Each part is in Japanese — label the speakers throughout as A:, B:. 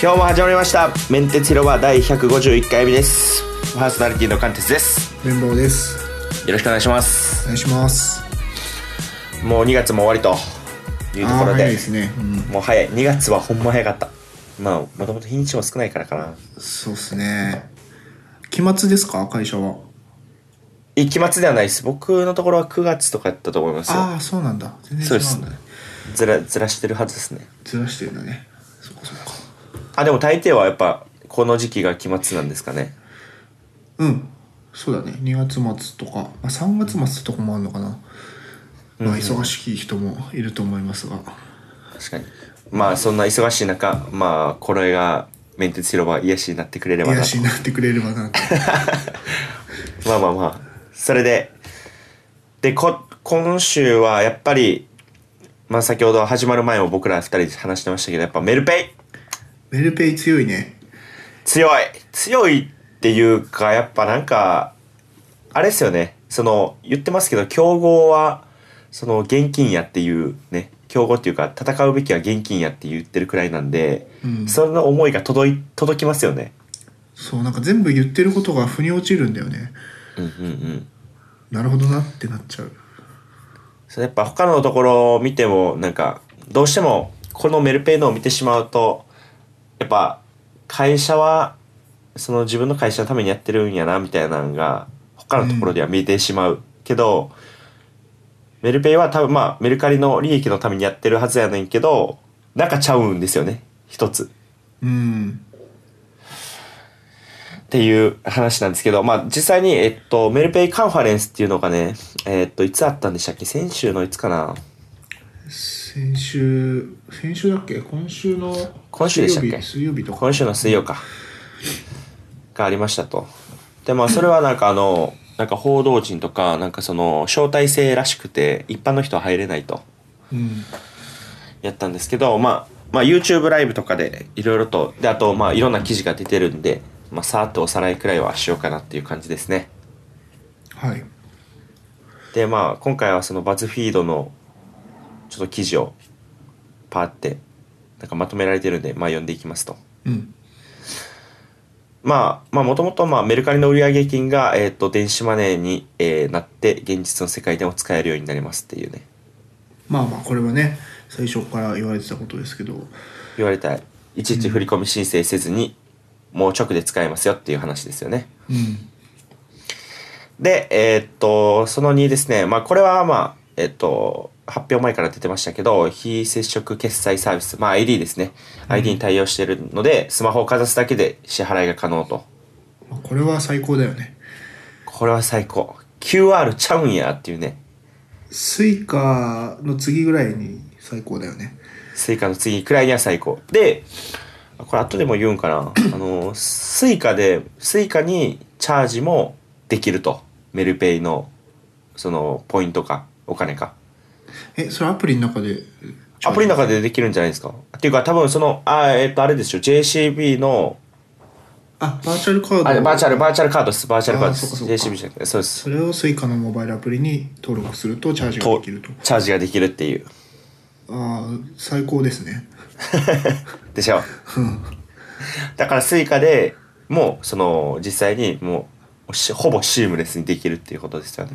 A: 今日も始まりましたメンテツ広場第151回目ですパーソナリティの貫徹です
B: 綿棒です
A: よろしくお願いします
B: お願いします
A: もう2月も終わりというところ
B: あー早
A: で
B: いですね、うん、
A: もう早い2月はほんま早かったまあもともと日にちも少ないからかな
B: そうっすね期末ですか会社は
A: え期末ではないです僕のところは9月とかやったと思いますよ
B: ああそうなんだ全
A: そう
B: 然
A: で
B: 違う
A: す
B: んだね
A: ずらずらしてるはずですね
B: ずらしてるんだねそっかそっか
A: あでも大抵はやっぱこの時期が期末なんですかね
B: うんそうだね2月末とか、まあ、3月末とかもあるのかな、まあ忙しい人もいると思いますが
A: 確かにまあそんな忙しい中まあこれがメンテツ広場癒しになってくれればな
B: 癒
A: と
B: しになってくれればなと
A: まあまあまあそれででこ今週はやっぱりまあ先ほど始まる前も僕ら二人で話してましたけどやっぱメルペイ
B: メルペイ強いね
A: 強い強いっていうかやっぱなんかあれですよねその言ってますけど競合はその現金やっていうね競合っていうか戦うべきは現金やって言ってるくらいなんで、
B: うん
A: その思いが届い届きますよね
B: そうなんか全部言ってることが腑に落ちるんだよね
A: うんうんうん
B: なるほどなってなっちゃう
A: それやっぱ他のところを見てもなんかどうしてもこのメルペイのを見てしまうとやっぱ会社はその自分の会社のためにやってるんやなみたいなのが他のところでは見えてしまうけど、メルペイは多分まあメルカリの利益のためにやってるはずやねんけどなんかちゃうんですよね一つ。
B: うん
A: っていう話なんですけど、まあ、実際に、えっと、メルペイカンファレンスっていうのがね、えっと、いつあったんでしたっけ先週のいつかな
B: 先週先週だっけ今週の
A: 今週でしたっけ
B: 水曜日水曜日とか
A: 今週の水曜かがありましたとでまあそれはなんかあのなんか報道陣とかなんかその招待制らしくて一般の人は入れないと
B: うん
A: やったんですけど、まあ、まあ YouTube ライブとかでいろいろとであとまあいろんな記事が出てるんで、まあ、さーっとおさらいくらいはしようかなっていう感じですね
B: はい
A: でまあ今回はそのバズフィードのちょっと記事をパーってなんかまとめられてるんでまあ読んでいきますと
B: うん
A: まあ、まあ、もともと、まあ、メルカリの売上金が、えっ、と、電子マネーに、えーなって、現実の世界でも使えるようになりますっていうね、
B: まあまあこれはね最初から言われてたことですけど
A: 言われた、いちいち振り込み申請せずに、もう直で使えますよっていう話ですよね。
B: うん
A: で、えっと、その2ですね、まあ、これは、まあ、えっと、発表前から出てましたけど、非接触決済サービス、まあ、ID ですね。ID に対応しているので、スマホをかざすだけで支払いが可能と。
B: まあこれは最高だよね
A: これは最高。QR ちゃうんやっていうね。
B: スイカの次ぐらいに最高だよね
A: スイカの次くらいには最高でこれ後でも言うんかなあのスイカでスイカにチャージもできるとメルペイのそのポイントかお金か
B: えそれアプリの中で
A: アプリの中でできるんじゃないですかっていうか多分そのあえっとあれですよ JCB の
B: あバーチャルカード
A: あバーチャル
B: ー
A: バーチャルカードですバーチャルカードです
B: あーそうかそ
A: JCB
B: うか
A: じゃなくてそうです
B: それをスイカのモバイルアプリに登録するとチャージができると
A: チャージができるっていう
B: ああ最高ですね
A: でしょ
B: うん
A: だからスイカでもうその実際にもうしほぼシームレスにできるっていうことですよね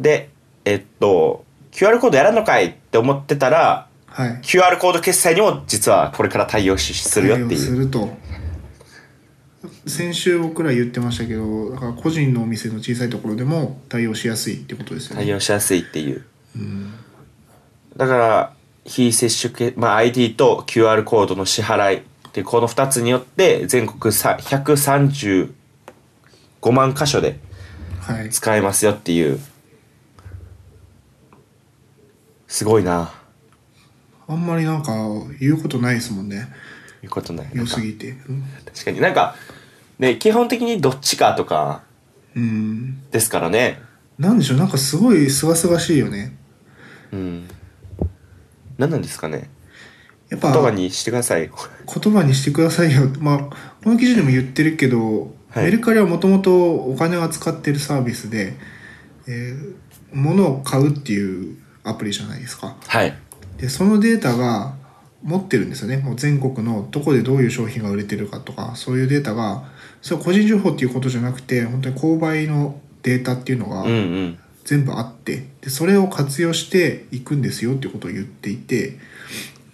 A: で、えっと、QR コードやらんのかいって思ってたら、
B: はい
A: QR コード決済にも実はこれから対応しするよって
B: 対応す
A: いう。
B: ると先週僕ら言ってましたけどだから個人のお店の小さいところでも対応しやすいってことですよね
A: 対応しやすいっていう。
B: うん
A: だから、非接触、まあ、ID と QR コードの支払いっていうこの2つによって、全国さ135万箇所で
B: はい
A: 使えますよっていう。すごいな。
B: あんまりなんか言うことないですもんね
A: いうことない。な
B: 良
A: んか
B: すぎてうん
A: 確かになんか、ね、基本的にどっちかとか
B: うん
A: ですからね。
B: なんでしょうなんかすごい清々しいよね
A: うん。何なんですかね
B: やっぱ
A: 言葉にしてください。
B: 言葉にしてくださいよまあこの記事でも言ってるけど、
A: はい
B: メルカリはもともとお金を扱ってるサービスで、えー物を買うっていうアプリじゃないですか
A: はい。
B: でそのデータが持ってるんですよねもう全国のどこでどういう商品が売れてるかとかそういうデータがそれは個人情報っていうことじゃなくて本当に購買のデータっていうのが
A: うんうん
B: 全部あってでそれを活用していくんですよっていうことを言っていて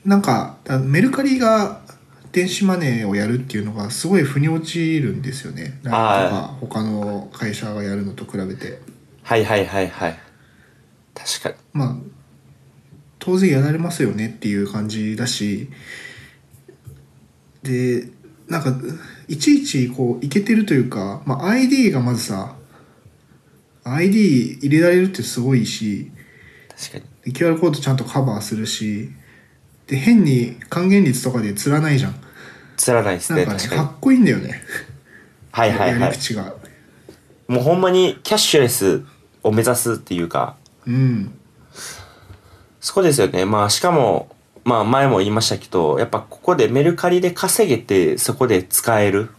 B: なんかだメルカリが電子マネーをやるっていうのがすごい腑に落ちるんですよねなんか他の会社がやるのと比べて
A: はいはいはいはい確かに
B: まあ当然やられますよねっていう感じだしでなんかいちいちこういけてるというか、まあ、ID がまずさ ID 入れられるってすごいし
A: 確かに
B: で QR コードちゃんとカバーするしで変に還元率とかで釣らないじゃん
A: つらないです
B: なん
A: ね
B: かね
A: 確かに
B: かっこいいんだよね、
A: はいはい
B: や
A: は
B: り
A: い
B: 口が
A: もうほんまにキャッシュレスを目指すっていうか
B: うん
A: そこですよねまあしかもまあ前も言いましたけどやっぱここでメルカリで稼げてそこで使える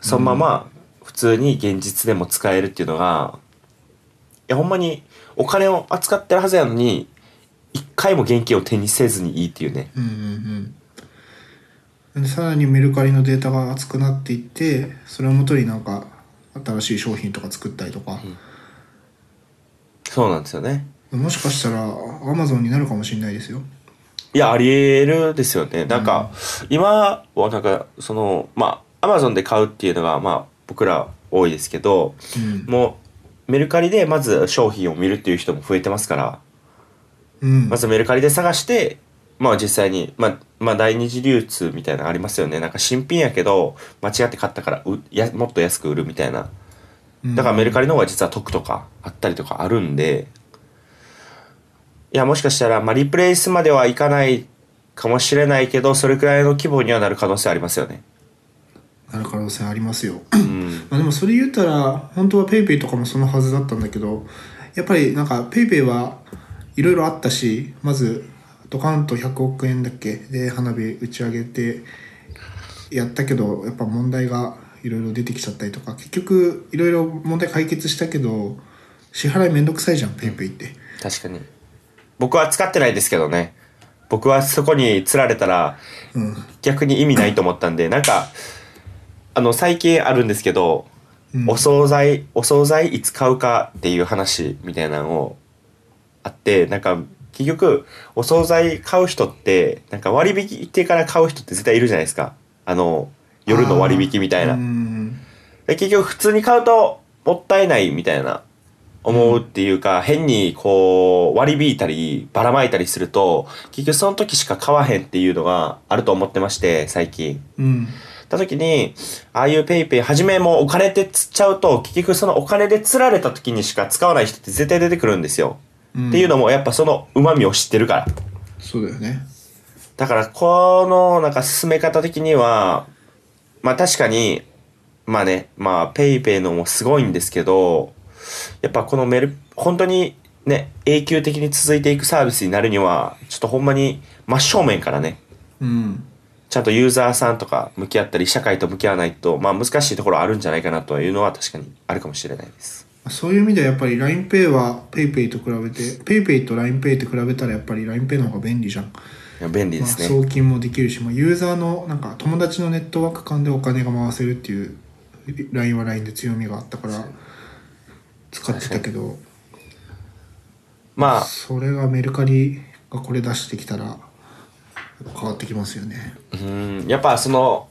A: そのまま普通に現実でも使えるっていうのがいやほんまにお金を扱ってるはずやのに一回も現金を手にせずにいいっていうね
B: うんうんうんでさらにメルカリのデータが厚くなっていってそれをもとになんか新しい商品とか作ったりとか、
A: そうなんですよね
B: もしかしたらアマゾンになるかもしれないですよ
A: いやありえるですよねなんか、今はなんかそのまあアマゾンで買うっていうのがまあ僕ら多いですけど
B: うん、
A: もうメルカリでまず商品を見るっていう人も増えてますから
B: うん
A: まずメルカリで探してまあ実際に、まあ、まあ第二次流通みたいなのありますよねなんか新品やけど間違って買ったからうやもっと安く売るみたいなだからメルカリの方が実は得とかあったりとかあるんでいやもしかしたら、まあ、リプレイスまではいかないかもしれないけどそれくらいの規模にはなる可能性ありますよね。
B: なる可能性ありますよ
A: うん、
B: まあでもそれ言ったら本当は PayPay とかもそのはずだったんだけどやっぱりなんか PayPay はいろいろあったしまずドカンと100億円だっけで花火打ち上げてやったけどやっぱ問題がいろいろ出てきちゃったりとか結局いろいろ問題解決したけど支払いめんどくさいじゃん PayPay って。
A: 確かに僕は使ってないですけどね僕はそこに釣られたら
B: うん
A: 逆に意味ないと思ったんでなんかあの最近あるんですけど、
B: うん
A: お惣菜お惣菜いつ買うかっていう話みたいなのをあってなんか結局お惣菜買う人ってなんか割引行ってから買う人って絶対いるじゃないですかあの夜の割引みたいな、
B: うん
A: で結局普通に買うともったいないみたいな思うっていうか、変にこう割り引いたりばらまいたりすると結局その時しか買わへんっていうのがあると思ってまして最近。
B: うん
A: た時にああいうペイペイはじめもうお金で釣っちゃうと結局そのお金で釣られた時にしか使わない人って絶対出てくるんですよ。
B: うん
A: っていうのもやっぱそのうまみを知ってるから。
B: そうだよね。
A: だからこのなんか進め方的にはまあ確かにまあねまあペイペイのもすごいんですけどやっぱこのメル本当にね永久的に続いていくサービスになるにはちょっとほんまに真正面からね
B: うん
A: ちゃんとユーザーさんとか向き合ったり社会と向き合わないとまあ難しいところあるんじゃないかなというのは確かにあるかもしれないです。
B: そういう意味ではやっぱり LINEPay は PayPay と比べて PayPay と LINEPay と比べたらやっぱり LINEPay の方が便利じゃん、
A: いや便利
B: ま
A: で
B: あ、
A: すね。
B: 送金もできるし、まあ、ユーザーのなんか友達のネットワーク間でお金が回せるっていう LINE は LINE で強みがあったから使ってたけど
A: まあ
B: それがメルカリがこれ出してきたらやっぱ変わってきますよね
A: うんやっぱその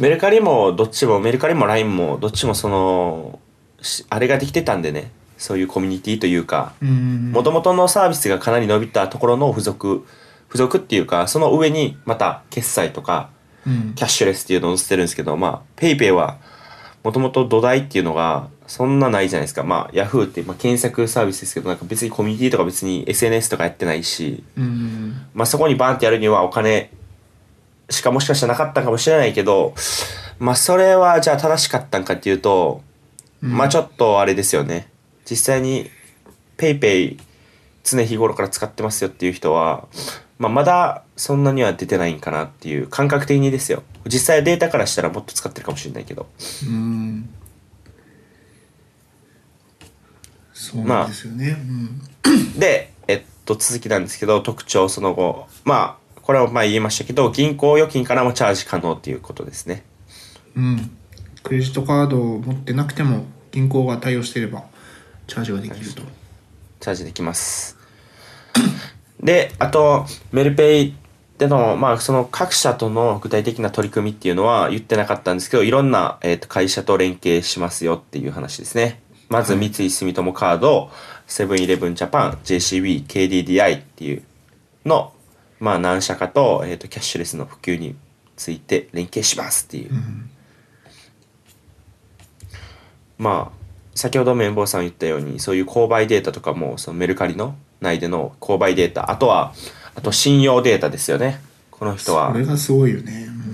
A: メルカリもどっちもメルカリも LINE もどっちもそのしあれができてたんでねそういうコミュニティというか
B: うん
A: もともとのサービスがかなり伸びたところの付属付属っていうかその上にまた決済とか
B: うん
A: キャッシュレスっていうのを載せてるんですけどまあ PayPay はもともと土台っていうのがそんなないじゃないですかまあ Yahoo ってまあ検索サービスですけどなんか別にコミュニティとか別に SNS とかやってないし
B: うん
A: まあ、そこにバンってやるにはお金しかもしかしたらなかったかもしれないけど、まあ、それはじゃあ正しかったんかっていうと、まあちょっとあれですよね実際に PayPay 常日頃から使ってますよっていう人は、まあ、まだそんなには出てないんかなっていう感覚的にですよ実際データからしたらもっと使ってるかもしれないけど
B: うんそうなんですよね、うん
A: で、えっと、続きなんですけど特徴その後まあこれは前言いましたけど銀行預金からもチャージ可能ということですね
B: うん、クレジットカードを持ってなくても銀行が対応していればチャージができると
A: チャージできます。で、あと、メルペイでの、まあ、その各社との具体的な取り組みっていうのは言ってなかったんですけど、いろんな、えー、と会社と連携しますよっていう話ですね。まず、三井住友カード、セブンイレブンジャパン、JCB、KDDI っていうの、まあ、何社かと、えっ、と、キャッシュレスの普及について連携しますっていう。まあ先ほど綿棒さん言ったようにそういう購買データとかもそのメルカリの内での購買データあとはあと信用データですよねこの人は
B: これがすごいよね、うん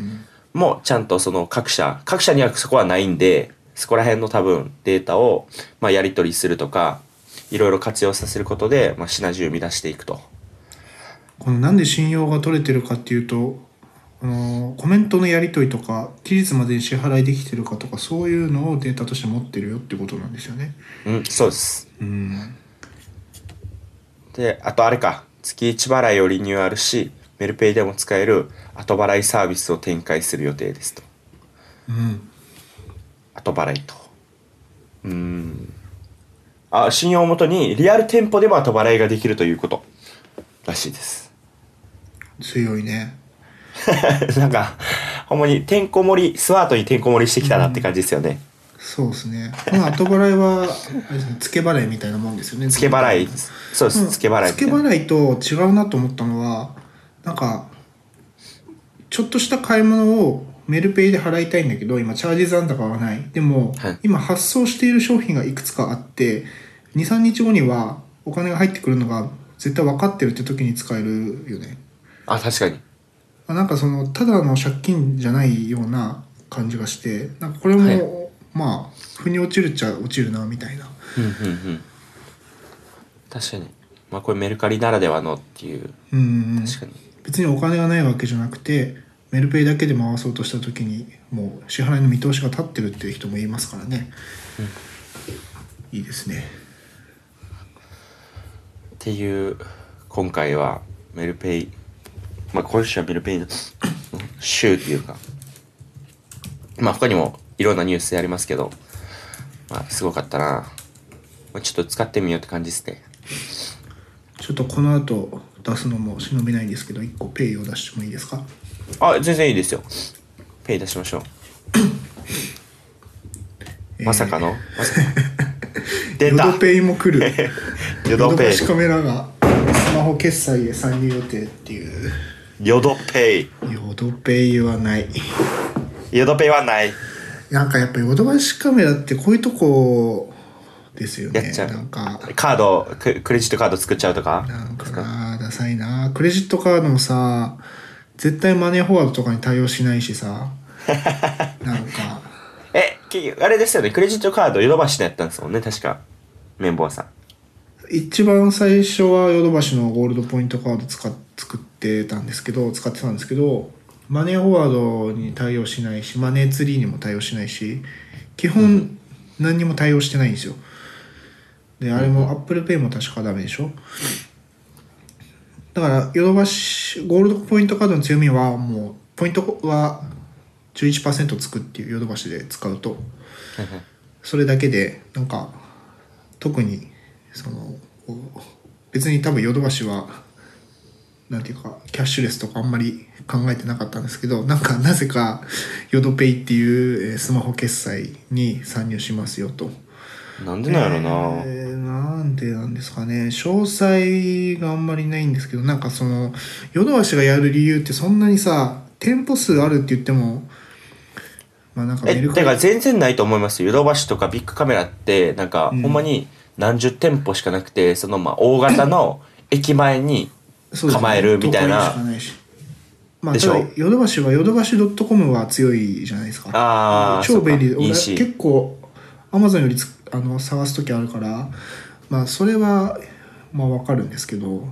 A: もうちゃんとその各社各社にはそこはないんでそこら辺の多分データをまあやり取りするとかいろいろ活用させることで、まあ、シナジーを生み出していくと
B: このなんで信用が取れてるかっていうとあのコメントのやり取りとか期日までに支払いできてるかとかそういうのをデータとして持ってるよってことなんですよね
A: うんそうです
B: うん
A: であとあれか月1払いをリニューアルしメルペイでも使える後払いサービスを展開する予定ですと
B: うん
A: 後払いとうーんあ信用をもとにリアル店舗でも後払いができるということらしいです
B: 強いね
A: なんかほんまにてんこ盛りスワートにてんこ盛りしてきたなって感じですよね、
B: そうですねこの後払いはあれですね付け払いみたいなもんですよね
A: 付け払いですそうです、
B: うん
A: 付け払いみた
B: 付
A: い
B: け
A: な
B: 払いと違うなと思ったのはなんかちょっとした買い物をメルペイで払いたいんだけど今チャージ残高がないでも、
A: はい
B: 今発送している商品がいくつかあって23日後にはお金が入ってくるのが絶対分かってるって時に使えるよね
A: あ確かに
B: まあなんかそのただの借金じゃないような感じがしてなんかこれも、
A: はい
B: まあ腑に落ちるっちゃ落ちるなみたいな
A: うんうんうん確かにまあこれメルカリならではのっていう
B: うんうんうん
A: 確かに
B: 別にお金がないわけじゃなくてメルペイだけで回そうとした時にもう支払いの見通しが立ってるっていう人もいますからね、いいですね
A: っていう今回はメルペイまあ今週はメルペイの週っていうかまあ他にもいろんなニュースありますけどまあすごかったなまあちょっと使ってみようって感じですね
B: ちょっとこの後出すのも忍びないんですけど1個ペイを出してもいいですか
A: あ全然いいですよペイ出しましょうまさか の、まさかの出
B: ヨ
A: た
B: ドペイも来 る
A: ヨドペ
B: バ
A: イ
B: シカメラがスマホ決済へ参入予定っていう
A: ヨドペイ
B: ヨドペイはない
A: ヨドペイはない
B: なんかやっぱヨドバシカメラってこういうとこですよ
A: や
B: ね
A: っちゃう、
B: なんか
A: カードククレジットカード作っちゃうとか
B: なんかなダサいなクレジットカードもさ絶対マネーフォワードとかに対応しないし さなんか
A: え、きあれですよね、クレジットカードヨドバシのやったんですもんね、確か。綿棒さん。
B: 一番最初はヨドバシのゴールドポイントカード使っ作ってたんですけど使ってたんですけどマネーフォワードに対応しないしマネーツリーにも対応しないし基本何にも対応してないんですよであれも ApplePay も確かダメでしょだからヨドバシゴールドポイントカードの強みはもうポイントは11%つくっていうヨドバシで使うとそれだけでなんか特にそのこう別に多分ヨドバシはなんていうかキャッシュレスとかあんまり考えてなかったんですけどなんかなぜかヨドペイっていうえースマホ決済に参入しますよと。
A: なんでなんやろな、
B: えーなんでなんですかね詳細があんまりないんですけどなんかそのヨドバシがやる理由ってそんなにさ店舗数あるって言ってもまあなんかメ
A: え、
B: ルカ
A: て
B: リ
A: か全然ないと思いますよ。ヨドバシとかビッグカメラって、なんか、
B: うん
A: ほんまに何十店舗しかなくて、そのまあ大型 の駅前に、
B: そうですね
A: 構えるみたいな
B: どこにしかないしまあ、
A: でしたょ
B: だヨドバシはヨドバシ .com は強いじゃないですか
A: あー
B: 超便利
A: そっか
B: 俺
A: いいし
B: 結構アマゾンよりつあの探す時あるからまあそれはまあわかるんですけど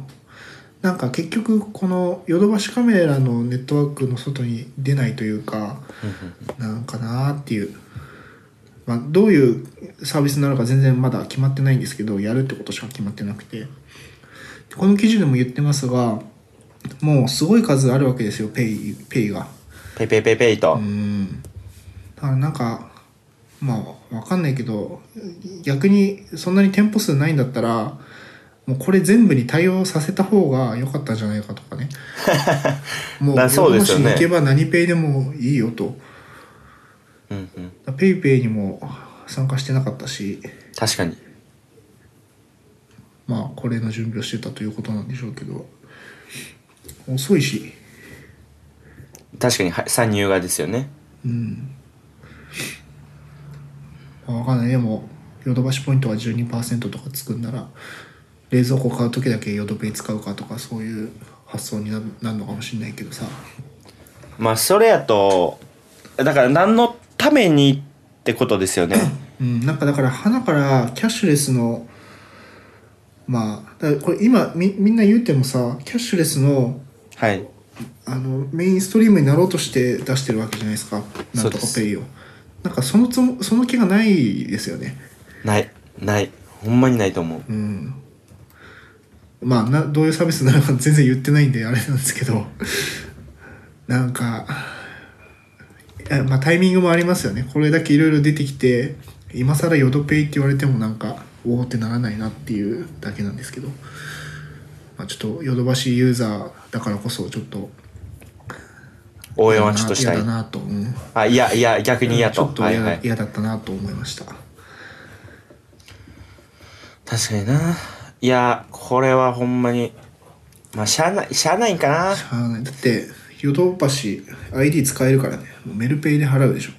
B: なんか結局このヨドバシカメラのネットワークの外に出ないというかなんかなーっていう、まあ、どういうサービスなのか全然まだ決まってないんですけどやるってことしか決まってなくてこの記事でも言ってますがもうすごい数あるわけですよペイペイが
A: ペイペイペイペイと、
B: うんだからなんかまあわかんないけど逆にそんなに店舗数ないんだったらもうこれ全部に対応させた方が良かったんじゃないかとか ねもう
A: だそうですよね
B: に行けば何ペイでもいいよと
A: うんうん、
B: だペイペイにも参加してなかったし
A: 確かに
B: まあこれの準備をしてたということなんでしょうけど遅いし
A: 確かには参入がですよね
B: うん分かんないでもヨドバシポイントは12%とかつくんなら冷蔵庫買う時だけヨドペイ使うかとかそういう発想にななるのかもしれないけどさ
A: まあそれやとだから何のためにってことです よね
B: うんなんかだから花からキャッシュレスのまあだからこれ今みみんな言うてもさキャッシュレスの
A: はい
B: あのメインストリームになろうとして出してるわけじゃないですかな
A: そうんで
B: とか
A: す
B: ペイをなんかそのつもその気がないですよね
A: ないないほんまにないと思う
B: うんまあなどういうサービスなのか全然言ってないんであれなんですけどなんかいやまあタイミングもありますよねこれだけいろいろ出てきて今更ヨドペイって言われてもなんかおおってならないなっていうだけなんですけど、まあ、ちょっとヨドバシユーザーだからこそちょっと
A: 応援はちょっとしたい
B: 嫌だなと、うん
A: あいやいや逆に嫌と
B: ちょっと嫌,、
A: はいはい、
B: 嫌だったなと思いました
A: 確かにないやこれはほんまにまあしゃあないしゃあないんかな
B: しゃあないだってヨドバシ ID 使えるからねもうメルペイで払う でしょ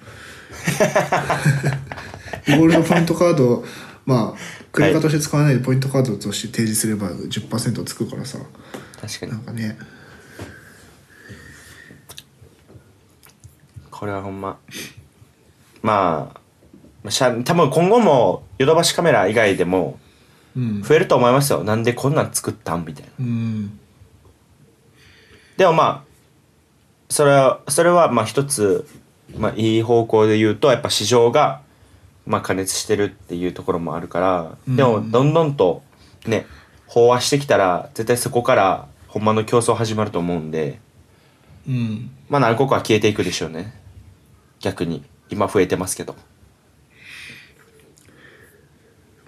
B: ゴールドポイントカードまあクレカとして使わないでポイントカードとして提示すれば10%つくからさ
A: 確かに
B: なんかね
A: これはほんままあまあしゃ多分今後もヨドバシカメラ以外でも
B: うん
A: 増えると思いますよなんでこんなん作ったんみたいな
B: うん
A: でもまあそれはそれはまあ一つ、まあ、いい方向で言うとやっぱ市場がまあ加熱してるっていうところもあるから、
B: うん
A: でもどんどんとね飽和してきたら絶対そこからほんまの競争始まると思うんで
B: うん
A: まあ何個かは消えていくでしょうね逆に今増えてますけど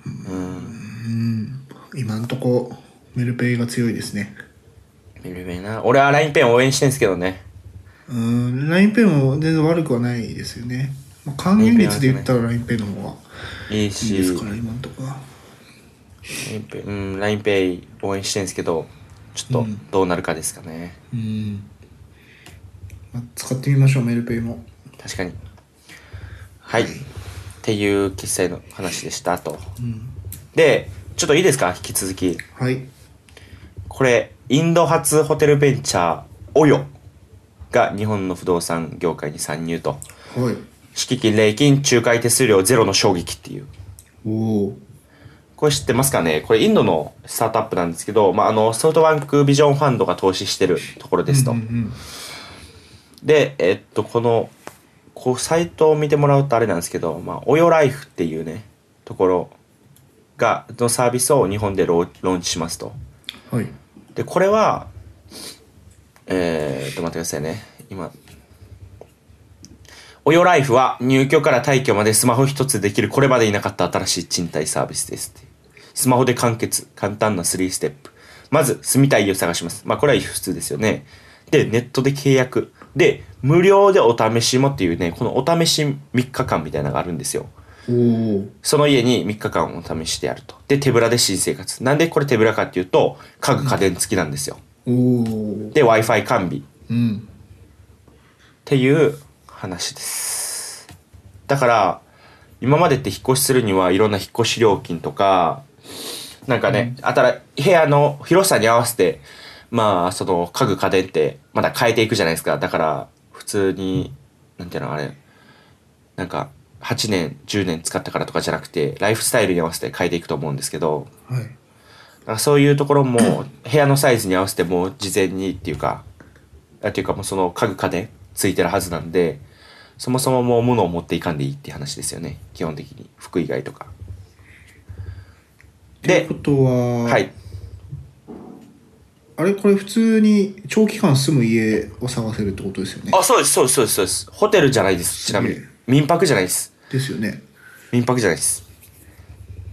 B: うん今んとこメルペイが強いですね
A: メルペイな俺は LINEPay 応援してんすけどね
B: うん LINEPay も全然悪くはないですよね、まあ、還元率で言ったら LINEPay の方が
A: いい
B: いい
A: し
B: ですから今んとこは
A: LINEPay うん LINEPay 応援してんすけどちょっとどうなるかですかね、
B: うん、まあ、使ってみましょうメルペイも
A: 確かにはい、っていう決済の話でしたと
B: うん
A: でちょっといいですか引き続き
B: はい
A: これインド発ホテルベンチャーオヨが日本の不動産業界に参入と
B: はい
A: 敷金礼金仲介手数料ゼロの衝撃っていう
B: おお
A: これ知ってますかねこれインドのスタートアップなんですけど、まあ、あのソフトバンクビジョンファンドが投資してるところですと、
B: うんうん
A: でえっとこのこうサイトを見てもらうとあれなんですけど、まあ、およライフっていうねところがのサービスを日本でローローンチしますと
B: うんはい
A: でこれはえー、っと待ってくださいね今およライフは入居から退去までスマホ一つできるこれまでいなかった新しい賃貸サービスですっていうスマホで完結簡単な3ステップまず住みたい家を探しますまあこれは普通ですよねでネットで契約で無料でお試しもっていうねこのお試し3日間みたいなのがあるんですよ
B: おお
A: その家に3日間お試しでやるとで手ぶらで新生活なんでこれ手ぶらかっていうと家具家電付きなんですよ、
B: おお
A: で w i f i 完備っ
B: うん
A: ていう話ですだから今までって引っ越しするにはいろんな引っ越し料金とかなんかね、あたら部屋の広さに合わせてまあその家具家電ってまだ変えていくじゃないですかだから普通になんていうのあれなんか8年10年使ったからとかじゃなくてライフスタイルに合わせて変えていくと思うんですけど
B: はい
A: なんかそういうところも部屋のサイズに合わせてもう事前にっていうかあっていうかもうその家具家電ついてるはずなんでそもそももう物を持っていかんでいいって話ですよね基本的に服以外とか
B: という
A: で
B: ことは、
A: はい
B: あれこれ普通に長期間住む家を探せるってことですよね
A: あ、そうです、そうです、そうです、そうです。ホテルじゃないです、ちなみに
B: すげえ。
A: 民泊じゃないです。
B: ですよね
A: 民泊じゃないです。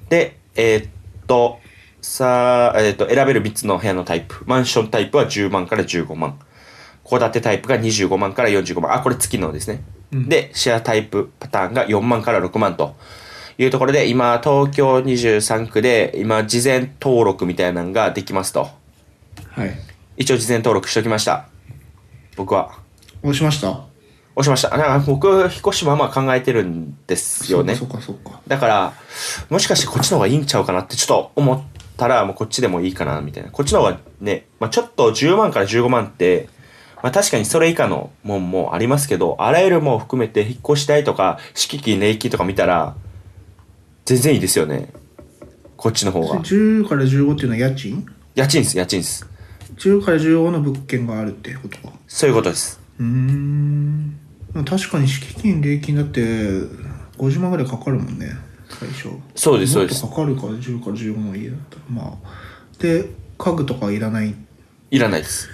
A: で、えーっと、さあ、えーっと、選べる3つの部屋のタイプ。マンションタイプは10万から15万。戸建てタイプが25万から45万。あ、これ月のですね。
B: うん
A: で、シェアタイプパターンが4万から6万というところで、今、東京23区で、今、事前登録みたいなのができますと。
B: はい
A: 一応事前登録しておきました。僕は。
B: 押しました
A: 押しました。なんか僕、引っ越しもまあ考えてるんですよね。
B: そうかそうかそうか
A: だから、もしかしてこっちの方がいいんちゃうかなってちょっと思ったら、もうこっちでもいいかな、みたいな。こっちの方がね、まあ、ちょっと10万から15万って、まあ、確かにそれ以下のもんもありますけど、あらゆるもん含めて引っ越し代とか、敷金、礼金とか見たら、全然いいですよね。こっちの方
B: それ
A: が。
B: 10から15っていうのは家賃
A: 家賃です、家賃です。
B: 10から15の物件があるってことか
A: そういうことです。
B: うーん確かに敷金礼金だって50万ぐらいかかるもんね最初
A: そうですそうです
B: もっとかかるから10から15の家だったらまあで家具とかいらない
A: いらないです。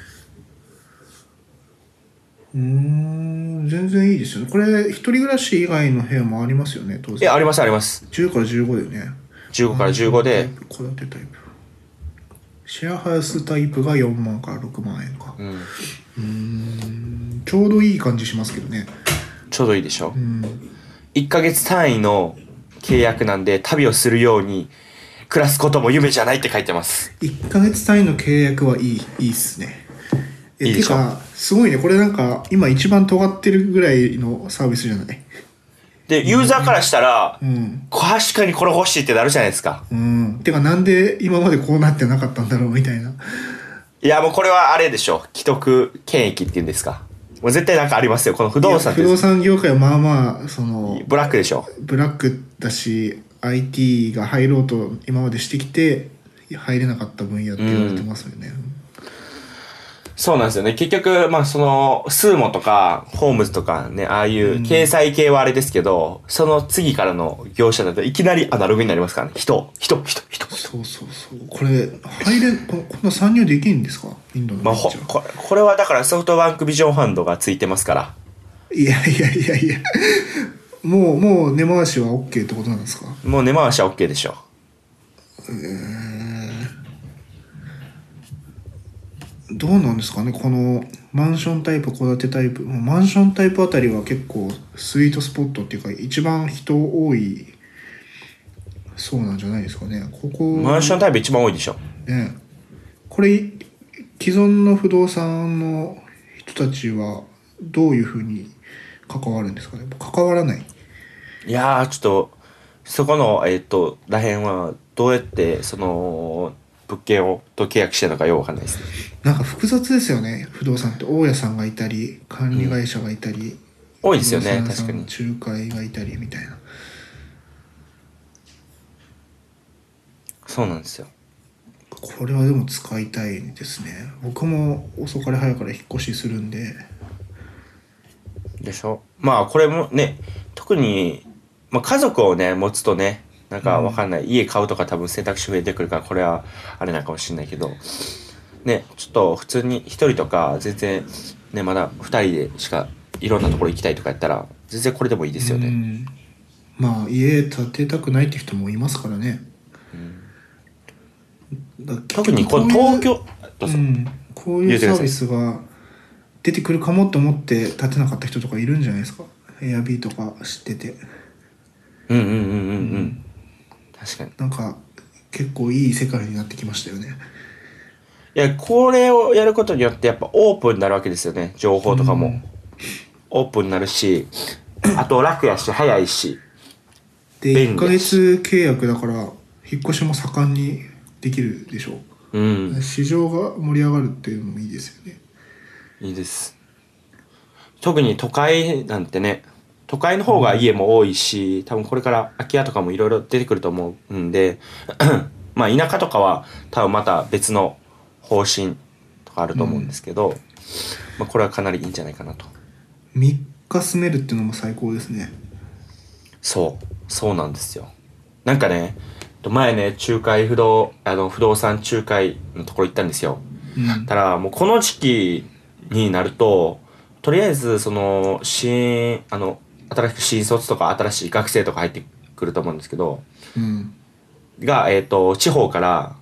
B: うーん全然いいですよねこれ一人暮らし以外の部屋もありますよね当
A: え、
B: 然
A: あります、あります。
B: 10から15だよね
A: 15から15で、
B: 戸建てタイプシェアハウスタイプが4万から6万円か
A: うん、
B: うーんちょうどいい感じしますけどね
A: ちょうどいいでしょ。
B: うん
A: 1ヶ月単位の契約なんで旅をするように暮らすことも夢じゃないって書いてます
B: 1ヶ月単位の契約はいいいいっすねえ
A: いいで
B: て
A: しょ
B: かすごいねこれなんか今一番尖ってるぐらいのサービスじゃない
A: でユーザーからしたら
B: うん
A: 確かにこれ欲しいってなるじゃないですか
B: うんてかなんで今までこうなってなかったんだろうみたいない
A: やもうこれはあれでしょ既得権益っていうんですかもう絶対なんかありますよこの不動産っ
B: 不
A: て
B: 動産業界はまあまあその
A: ブラックでしょ
B: ブラックだし IT が入ろうと今までしてきて入れなかった分野って言われてますよね、
A: そうなんですよね結局まあそのスーモとかホームズとかねああいう掲載系はあれですけど、その次からの業者だといきなりアナログになりますからね人人人人
B: そうそうそうこれ入れここんな参入できるんですかインドの
A: まあ、
B: ベン
A: ほ
B: チャー
A: これこれはだからソフトバンクビジョンファンドがついてますから
B: いやいやいやいやもうもう根回しは OK ってことなんですか
A: もう根回しは OK でしょ
B: どうなんですかねこのマンションタイプ戸建てタイプもうマンションタイプあたりは結構スイートスポットっていうか一番人多いそうなんじゃないですかねここ
A: マンションタイプ一番多いでしょ
B: ねこれ既存の不動産の人たちはどういうふうに関わるんですかね関わらない
A: いやーちょっとそこのえっ、とらへんはどうやってその物件をと契約してるのかよくわかんないですね
B: なんか複雑ですよね不動産って大家さんがいたり管理会社がいたり、
A: 多いですよね
B: 不動産
A: 確か
B: 屋
A: に
B: さんの仲介がいたりみたいな
A: そうなんですよ
B: これはでも使いたいですね僕も遅かれ早かれ引っ越しするんで
A: でしょまあこれもね特に、まあ、家族をね持つとねなんかわかんない、家買うとか多分選択肢増えてくるからこれはあれなんかもしれないけどねちょっと普通に1人とか全然ねまだ2人でしかいろんなところ行きたいとかやったら全然これでもいいですよ
B: う
A: ね、
B: んまあ家建てたくないって人もいますからね、だから
A: 特にこの
B: 結局ういう
A: 東京どうぞ、
B: うん、こういうサービスが出てくるかもと思って立てなかった人とかいるんじゃないですか Airb とか知ってて
A: うんうんうんうんうん確かにい
B: なんか結構いい世界になってきましたよね
A: やこれをやることによってやっぱオープンになるわけですよね情報とかも、
B: うん
A: オープンになるし あと楽やし早いし
B: で
A: 便利
B: 1ヶ月契約だから引っ越しも盛んにできるでしょ
A: うん
B: う市場が盛り上がるっていうのもいいですよね
A: いいです特に都会なんてね都会の方が家も多いし多分これから空き家とかもいろいろ出てくると思うんで まあ田舎とかは多分また別の方針とかあると思うんですけど、まあ、これはかなりいいんじゃないかなと
B: 3日住めるっていうのも最高ですね
A: そうそうなんですよなんかね前ね仲介不動あの不動産仲介のところ行ったんですよ
B: うん
A: ただもうこの時期になるととりあえずその新あの新しく新卒とか新しい学生とか入ってくると思うんですけど
B: うん
A: が、えー、と地方から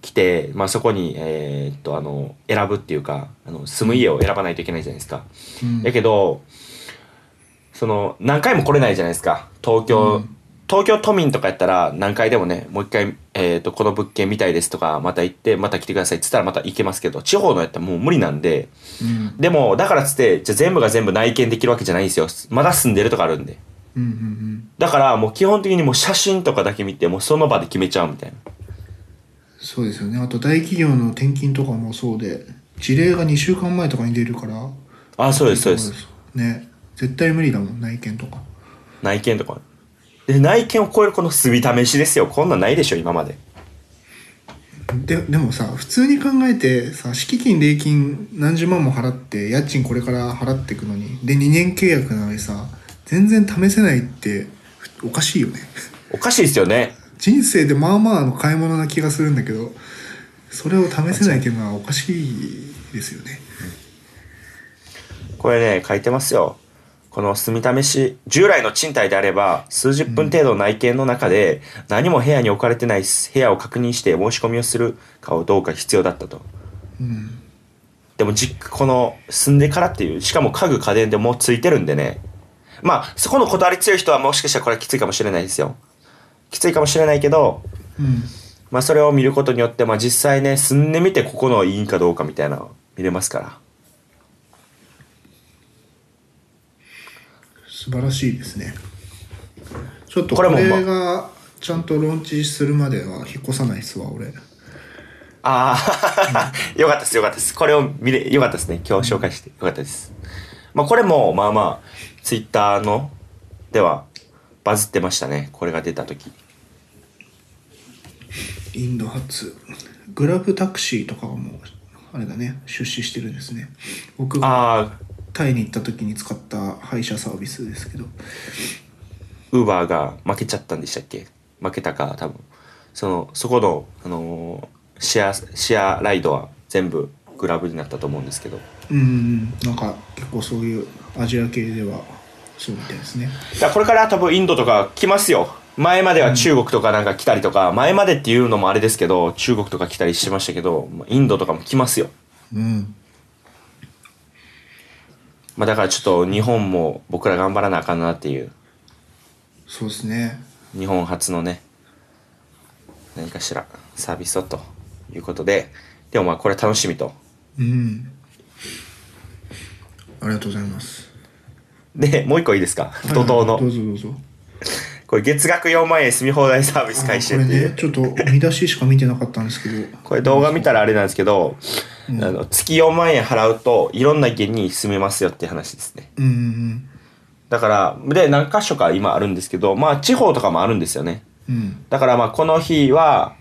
A: 来て、まあ、そこに、えー、とあの選ぶっていうかあの住む家を選ばないといけないじゃないですか。
B: うん
A: やけどその何回も来れないじゃないですか東京、
B: うん
A: 東京都民とかやったら何回でもねもう一回、えー、とこの物件見たいですとかまた行ってまた来てくださいって言ったらまた行けますけど地方のやったらもう無理なんで
B: うん
A: でもだからっつってじゃあ全部が全部内見できるわけじゃないんですよまだ住んでるとかあるんで
B: うんうん
A: だからもう基本的にもう写真とかだけ見てもうその場で決めちゃうみたいな
B: そうですよねあと大企業の転勤とかもそうで事例が2週間前とかに出るから
A: あそうですそうです
B: ね絶対無理だもん内見とか
A: 内見とかで内見を超えるこの住み試しですよこんなんないでしょ今まで
B: ででもさ普通に考えてさ敷金礼金何十万も払って家賃これから払っていくのにで2年契約なのにさ全然試せないってふおかしいよね
A: おかしいですよね
B: 人生でまあまあの買い物な気がするんだけどそれを試せないっていうのはおかしいですよね
A: これね書いてますよこの住み試し従来の賃貸であれば数十分程度の内見の中で何も部屋に置かれてない部屋を確認して申し込みをするかをどうか必要だったと
B: うん
A: でも実家この住んでからっていうしかも家具家電でもうついてるんでねまあそこのこだわり強い人はもしかしたらこれはきついかもしれないですよきついかもしれないけど
B: うん
A: まあそれを見ることによってまあ実際ね住んでみてここのいいんかどうかみたいなのを見れますから
B: 素晴らしいですねちょっと
A: こ
B: こ
A: れ
B: れ
A: もまあ
B: がちゃんとローンチするまでは引っ越さないっすわ俺
A: ああ、よかったです、よかったです。これを見れ、よかったですね。今日紹介して、よかったです。まあ、これも、まあまあ、ツイッターの、では、バズってましたね。これが出た時。
B: インド発グラブタクシーとかはもうあれだね出資してるんですね僕が
A: ああ、
B: タイに行った時に使った配車サービスですけど
A: ウーバーが負けちゃったんでしたっけ負けたか、多分。その、そこの、あのーシェア、シェアライドは全部グラブになったと思うんですけど。
B: うんうんなんか結構そういうアジア系ではそうみたいですね
A: だからこれから多分インドとか来ますよ前までは中国とかなんか来たりとか、前までっていうのもあれですけど中国とか来たりしてましたけどまあインドとかも来ますよ、
B: うん
A: まあ、だからちょっと日本も僕ら頑張らなあかんなっていう
B: そうですね
A: 日本初のね何かしらサービスをということででもまあこれ楽しみと
B: うんありがとうございます
A: でもう一個いいですか怒涛
B: はいはいどう
A: の
B: ぞどうぞ
A: これ月額4万円住み放題サービス開始
B: あ
A: って
B: こ
A: い
B: れ
A: う
B: ねちょっと見出ししか見てなかったんですけど
A: これ動画見たらあれなんですけど、あの月4万円払うといろんな家に住めますよっていう話ですね
B: うんうん
A: だからで何箇所か今あるんですけどまあ地方とかもあるんですよね
B: うんうん
A: だからまあこの日は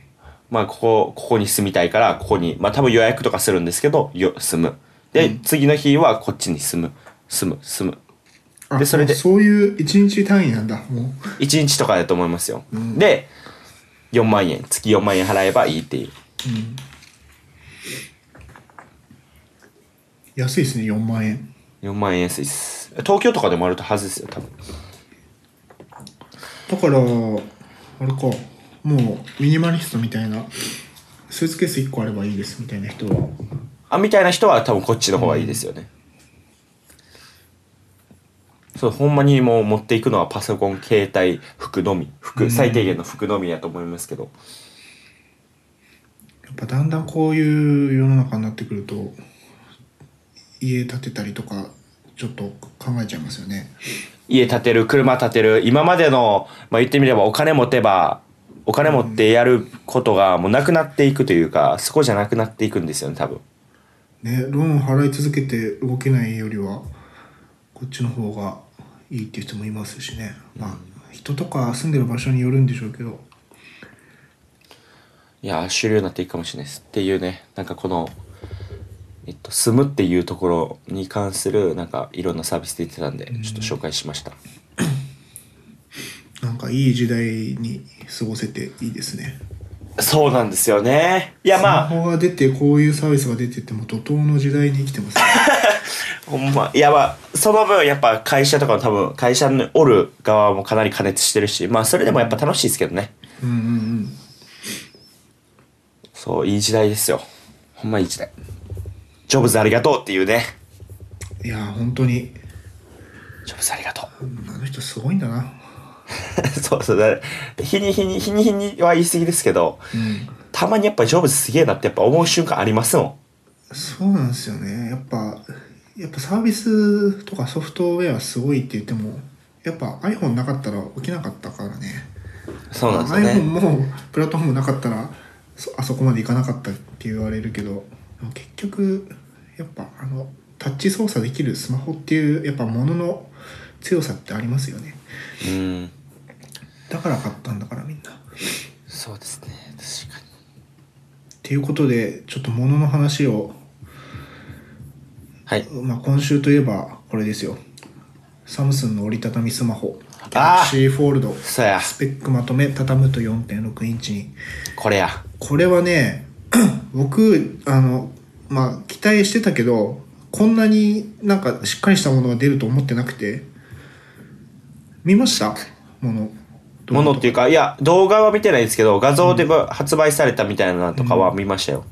A: まあここここに住みたいからここにまあ多分予約とかするんですけどよ住むで、次の日はこっちに住む住む住む
B: あ
A: でそれで
B: そういう一日単位なんだもう
A: 1日とかだと思いますよ、で4万円月4万円払えばいいっていう
B: 安いですね4万円
A: 4万円安いです東京とかでもあるはずですよ多分
B: だからあれかもうミニマリストみたいなスーツケース1個あればいいですみたいな人は
A: あみたいな人は多分こっちの方がいいですよね、そうほんまにもう持っていくのはパソコン携帯服のみ服最低限の服のみやと思いますけど、
B: やっぱだんだんこういう世の中になってくると家建てたりとかちょっと考えちゃいますよね
A: 家建てる車建てる今までの、まあ、言ってみればお金持てばお金持ってやることがもうなくなっていくというかそこじゃなくなっていくんですよね多分
B: ねローン払い続けて動けないよりはこっちの方がいいっていう人もいますしねまあ人とか住んでる場所によるんでしょうけど
A: いやー主流になっていくかもしれないですっていうねなんかこの、えっと、住むっていうところに関するなんかいろんなサービス出てたんでちょっと紹介しました、
B: なんかいい時代に過ごせていいですね。
A: そうなんですよね。いやま
B: ス
A: あ、
B: マホが出てこういうサービスが出てってもう怒涛の時代に生き てます、ね、
A: ほんま、いやまあ、その分やっぱ会社とかの多分、会社におる側もかなり加熱してるし、まあそれでもやっぱ楽しいですけどね。
B: うんうんうん
A: そう、いい時代ですよ。ほんまいい時代。ジョブズありがとうっていうね。
B: いやー本当に
A: ジョブズありがと
B: あの人すごいんだな
A: う。 そうそうだ、日に日に、日に日には言い過ぎですけど、
B: うん
A: たまにやっぱジョブズすげえなってやっぱ思う瞬間ありますもん。
B: そうなんですよねやっぱやっぱサービスとかソフトウェアすごいって言ってもやっぱ iPhone なかったら起きなかったからね
A: そうなんですよ
B: iPhone
A: ね。
B: もプラットフォームなかったらそあそこまでいかなかったって言われるけどでも結局やっぱあのタッチ操作できるスマホっていうやっぱものの強さってありますよね
A: うん。
B: だから買ったんだからみんな。っ
A: そうですね。確かに。
B: ていうことでちょっとものの話を、
A: はい。
B: まあ、今週といえばこれですよサムスンの折りたたみスマホ
A: あー
B: Galaxy フォールドス
A: そうや。
B: ペックまとめ畳むと4.6インチに
A: これや。
B: これはね 僕あのまあ期待してたけどこんなになんかしっかりしたものが出ると思ってなくて見ましたもの
A: ものっていうか、いや、動画は見てないですけど、画像でば発売されたみたいなのとかは見ましたよ。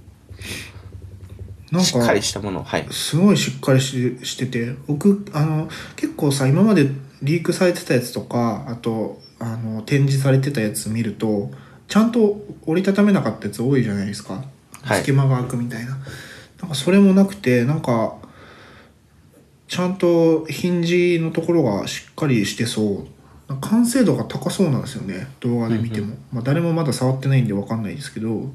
B: なん
A: しっか
B: か
A: りしたもの。はい。
B: すごいしっかりししてて僕あの結構さ今までリークされてたやつとかあとあの展示されてたやつ見るとちゃんと折りたためなかったやつ多いじゃないですか、
A: はい
B: 隙間が空くみたいななんかそれもなくてなんかちゃんとヒンジのところがしっかりしてそうなんか完成度が高そうなんですよね動画で見ても、まあ、誰もまだ触ってないんで分かんないですけど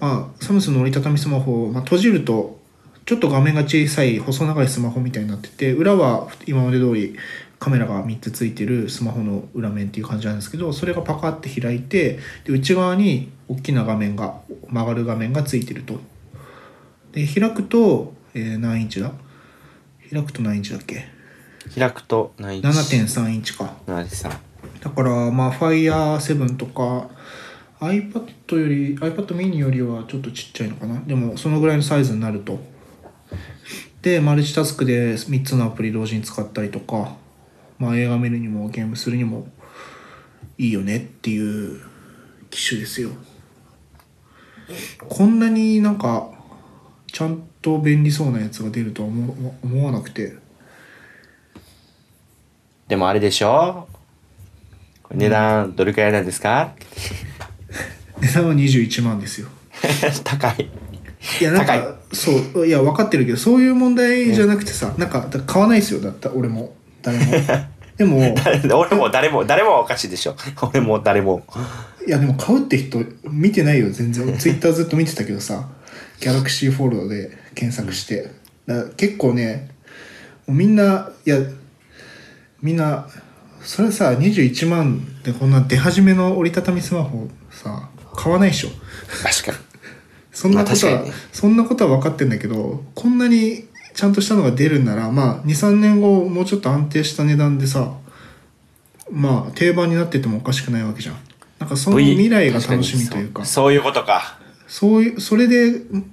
B: まあ、サムスンの折りたたみスマホを、まあ、閉じるとちょっと画面が小さい細長いスマホみたいになってて裏は今まで通りカメラが3つついてるスマホの裏面っていう感じなんですけどそれがパカって開いてで内側に大きな画面が曲がる画面がついてるとで開くと、えー何インチだ開くと何インチだっけ
A: 開くと、ない。
B: 7.3インチか
A: なさん。
B: だからまあ Fire7 とか iPad より iPad mini よりはちょっとちっちゃいのかなでもそのぐらいのサイズになるとでマルチタスクで3つのアプリ同時に使ったりとか、まあ、映画見るにもゲームするにもいいよねっていう機種ですよこんなになんかちゃんと便利そうなやつが出るとは思思わなくて
A: でもあれでしょこれ値段どれくらいなんですか
B: 値段は21万ですよ
A: 高い。
B: いやなん
A: 高
B: かそういや分かってるけどそういう問題じゃなくてさ、なんかだ買わないですよだった俺も誰もでもい
A: 俺も誰も、誰もおかしいでしょ。 俺も誰も。
B: やでも買うって人見てないよ全然ツイッターずっと見てたけどさギャラクシーフォールドで検索してだ結構ねもうみんないやみんなそれさ21万でこんな出始めの折りたたみスマホさ買わないでしょ
A: 確かに。
B: そんなことは、
A: まあ確かにね
B: そんなことは分かってんだけどこんなにちゃんとしたのが出るんならまあ23年後もうちょっと安定した値段でさまあ定番になっててもおかしくないわけじゃんなんかその
A: V
B: 未来が楽しみとい
A: 確
B: うか
A: にそうそういうことか。
B: そういうそれでん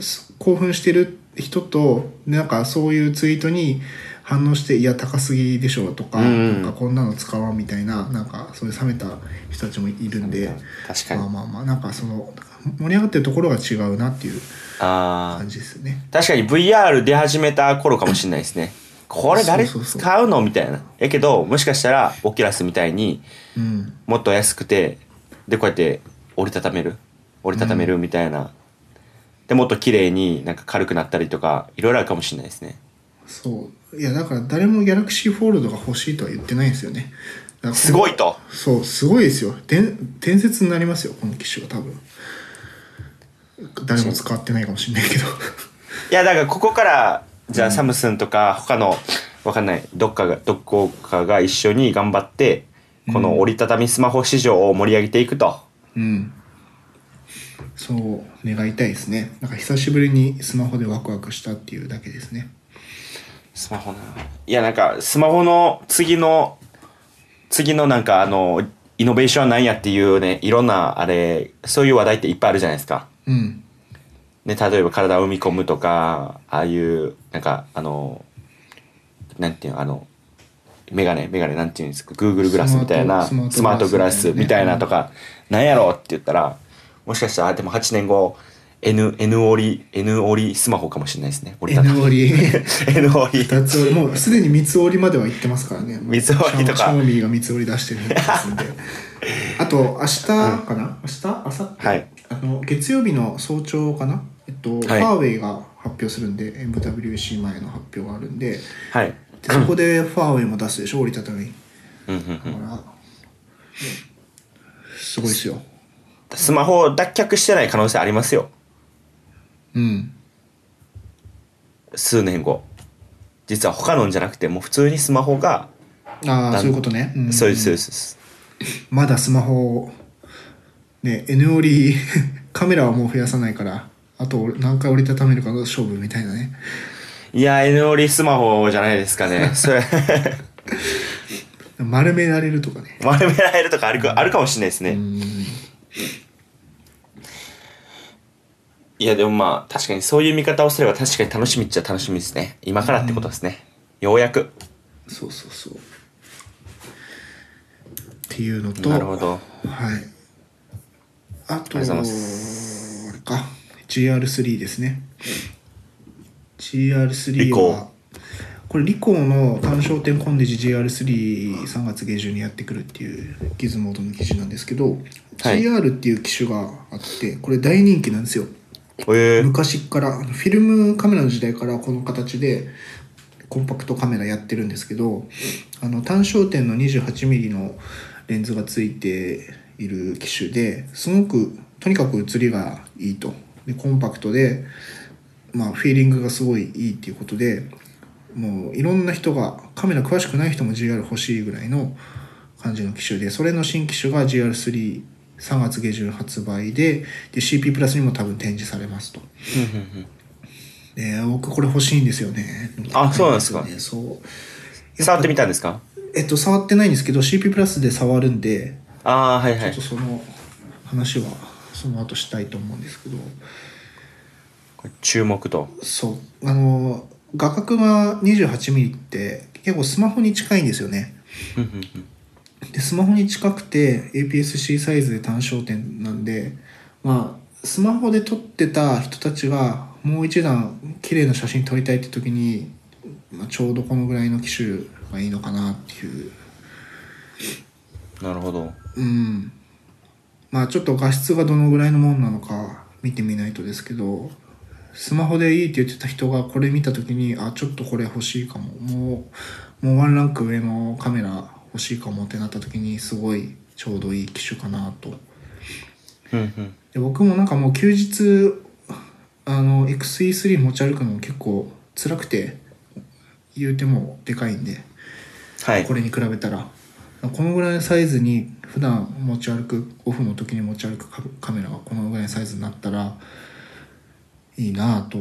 B: す興奮してる人となんかそういうツイートに反応して「いや高すぎでしょ」とか,、
A: うん
B: なんか「こんなの使わん」みたいななんかそういう冷めた人たちもいるんで
A: 確かに
B: まあまあまあなんかその盛り上がってるところが違うなっていう
A: ああ
B: 感。じですね。
A: 確かに VR 出始めた頃かもしれないですね。これ誰
B: そうそうそう
A: 使うのみたいな。やけど、もしかしたら、オキュラスみたいに、
B: うん、
A: もっと安くてでこうやって折りたためる折りたためるみたいな、でもっと綺麗になんか軽くなったりとかいろいろあるかもしれないですね
B: そういやだから誰もギャラクシーフォールドが欲しいとは言ってないんですよね。だから
A: すごいと
B: そうすごいですよで伝説になりますよこの機種は多分誰も使ってないかもしれないけど
A: いやだからここからじゃあサムスンとか他のわかんないどっかがどこかが一緒に頑張ってこの折りたたみスマホ市場を盛り上げていくと、
B: うんそう願いたいですねなんか久しぶりにスマホでワクワクしたっていうだけですね
A: スマホないやなんかスマホの次の次のなんかあのイノベーションは何やっていうねいろんなあれそういう話題っていっぱいあるじゃないですか。
B: うん
A: ね、例えば体を生み込むとかああいうなんかあのなんていうのあのメガネメガネなんていうんですか Google グラスみたいな
B: スマート
A: スマートグラスみたいなとか、なんやろうって言ったらもしかしたらあでも8年後 N, N 折り N 折りスマホかもしれないですね折りたたみ
B: N 折り
A: N 折り
B: 二 つ折りもうすでに三つ折りまでは行ってますからね
A: 三つ折りとか
B: シャオシャオミーが三つ折り出して るんですんであと明日かな明日明後日、
A: はい
B: あの月曜日の早朝かなえっ
A: は
B: と、
A: い
B: ファーウェイが発表するんで MWC 前の発表があるんでで
A: はい
B: そこでファーウェイも出すでしょ折りたたみ
A: うんうんう
B: だ
A: ん
B: から、すごいですよ
A: スマホを脱却してない可能性ありますよ
B: うん
A: 数年後実は他のんじゃなくてもう普通にスマホが、
B: あ
A: だ
B: あ
A: ん
B: そういうことね、ん
A: そうですそうですそうです
B: まだスマホをね N 折り カメラはもう増やさないからあと何回折りたためるかの勝負みたいなね
A: いや N 折りスマホじゃないですか ねそれ
B: 丸められるとかね
A: 丸められるとかあるかあるかもしれないですね、
B: うん
A: いやでもまあ確かにそういう見方をすれば確かに楽しみっちゃ楽しみですね今からってことですね、ようやく
B: そうそうそうっていうのと
A: なるほど
B: はいあと
A: ありがとうございま
B: あれか GR3 ですね GR3
A: リ
B: は
A: コ
B: これリコーの単焦点コンデジ GR33 月下旬にやってくるっていうギズモードの記事なんですけど、
A: はい
B: GR っていう機種があってこれ大人気なんですよ
A: えー、
B: 昔っからあのフィルムカメラの時代からこの形でコンパクトカメラやってるんですけどあの単焦点の 28mm のレンズがついている機種ですごくとにかく写りがいいとでコンパクトで、まあ、フィーリングがすごいいいっていうことでもういろんな人がカメラ詳しくない人も GR 欲しいぐらいの感じの機種でそれの新機種が GR33 月下旬発売でで CP プラスにも多分展示されますとで僕これ欲しいんですよね
A: あそうなんですか
B: そう
A: 触ってみ
B: た
A: たんですか
B: えっと触ってないんですけど CP プラスで触るんで
A: ああはいは
B: ちょっ
A: い
B: とその話はその後したいと思うんですけど
A: これ注目と
B: そうあの画角が 28mm って結構スマホに近いんですよね
A: うんうんうん
B: でスマホに近くて APS-C サイズで単焦点なんでまあスマホで撮ってた人たちがもう一段綺麗な写真撮りたいって時に、まあ、ちょうどこのぐらいの機種がいいのかなっていう
A: なるほど
B: うんまあちょっと画質がどのぐらいのものなのか見てみないとですけどスマホでいいって言ってた人がこれ見た時にあちょっとこれ欲しいかももうもうワンランク上のカメラ欲しいかもってなった時にすごいちょうどいい機種かなと
A: うんうん
B: で僕もなんかもう休日あの XE3 持ち歩くのも結構辛くて言うてもでかいんで
A: はい
B: これに比べたらこのぐらいのサイズに普段持ち歩くオフの時に持ち歩くカカメラがこのぐらいのサイズになったらいいなぁと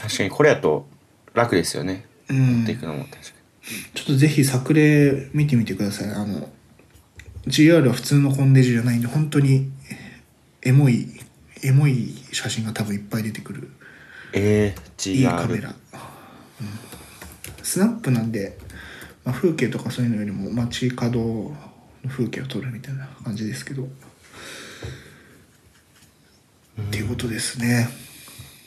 A: 確かにこれやと楽ですよね
B: うん
A: 持ってい
B: ちょ
A: くのも確か
B: っとぜひ作例見てみてくださいあの GR は普通のコンデジじゃないんで本当にエモいエモい写真が多分いっぱい出てくる
A: にえ
B: いいカ
A: ー、
B: メ
A: GR
B: ラ、うん、スナップなんで、まあ、風景とかそういうのよりも街角の風景を撮るみたいな感じですけど、っていうことですね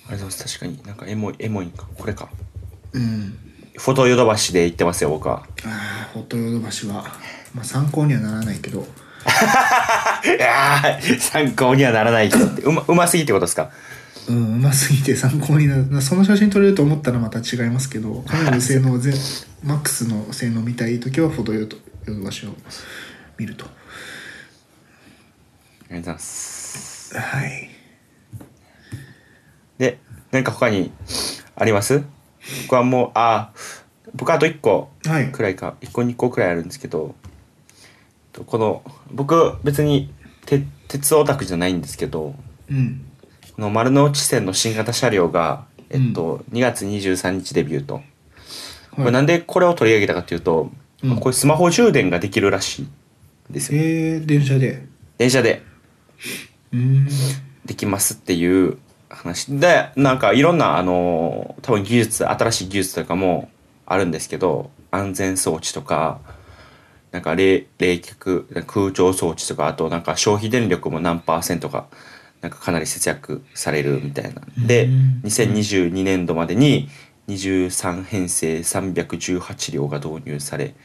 A: あれです確かになんかエモいエモいんかこれか
B: うん
A: フォトヨドバシで行ってますよ僕は
B: ああホットヨドバシは、まあ、参考にはならないけど
A: いやー参考にはならないけどってうまうますぎってことですか
B: うんうますぎて参考になるその写真撮れると思ったらまた違いますけどカメラの性能 を全マックスの性能を見たい時はフォトヨドヨドバシを見ると
A: ありがとうございます
B: はい
A: でなんか他にあります僕はもうあー僕あと1個
B: はい
A: くらいか1個2個くらいあるんですけどとこの僕別にて鉄オタクじゃないんですけど
B: うん
A: この丸の内線の新型車両が、えっと2月23日デビューと、これなんでこれを取り上げたかというと、
B: うん
A: これスマホ充電ができるらしいですよ
B: えー、電車で
A: 電車で
B: うーん
A: できますっていう話でなんかいろんなあの多分技術新しい技術とかもあるんですけど安全装置とかなんか冷冷却空調装置とかあとなんか消費電力も何パーセントかなんかかなり節約されるみたいなで
B: うん
A: 2022年度までに23編成318両が導入され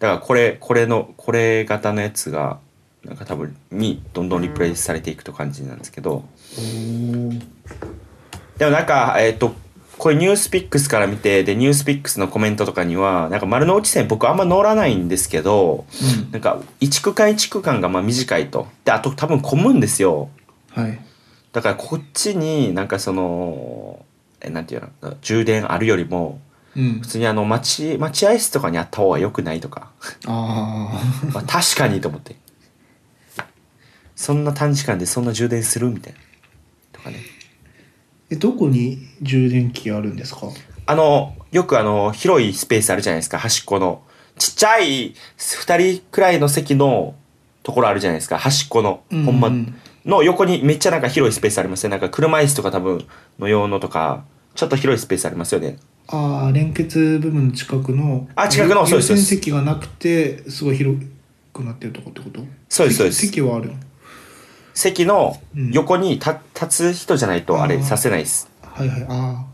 A: だからこれこれのこれ型のやつがなんか多分にどんどんリプレイスされていくと感じなんですけど
B: おー
A: でもなんかえっ、とこれニュースピックスから見てでニュースピックスのコメントとかにはなんか丸の内線僕あんま乗らないんですけど
B: うん
A: なんか一区間一区間がまあ短いとであと多分混むんですよ
B: はい
A: だからこっちになんかそのえなんていうの充電あるよりも
B: うん
A: 普通にあの待ち待合室とかにあった方が良くないとか
B: あ
A: まあ確かにと思ってそんな短時間でそんな充電するみたいなとかね
B: ーえどこに充電器あるんですか
A: あのよくあの広いスペースあるじゃないですか端っこのちっちゃい2人くらいの席のところあるじゃないですか端っこのほんま
B: ううん
A: の横にめっちゃなんか広いスペースありますよなんか車椅子とか多分の用のとかちょっと広いスペースありますよね
B: ああ連結部分の近くの
A: あ近くのそう
B: 優
A: ですそうで
B: 先
A: す
B: 席がなくてすごい広くなってるとこってこと
A: そうですそうです
B: 席席はあるの
A: 席の
B: うん
A: 横にた立つ人じゃないとあ
B: あ
A: れ
B: ー
A: させないです
B: はいはいあ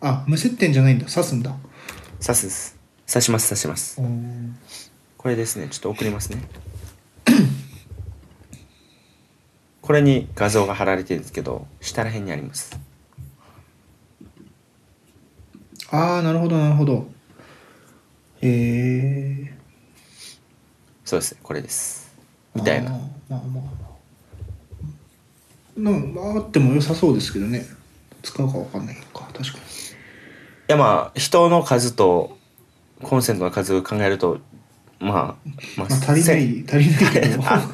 B: ああ無接点じゃないんだ刺すんだ
A: さすですさしますさします
B: おー
A: これですねちょっと送りますね これに画像が貼られてるんですけど下ら辺にあります
B: ああなるほどなるほどへえ
A: そうですねこれです
B: ー、
A: みたいな
B: まあまあまあまあなんかあっても良さそうですけどね使うか分かんないか確か
A: いやまあ人の数とコンセントの数を考えるとまあま
B: に、まあ、足りな
A: せん
B: い足りないけど
A: あ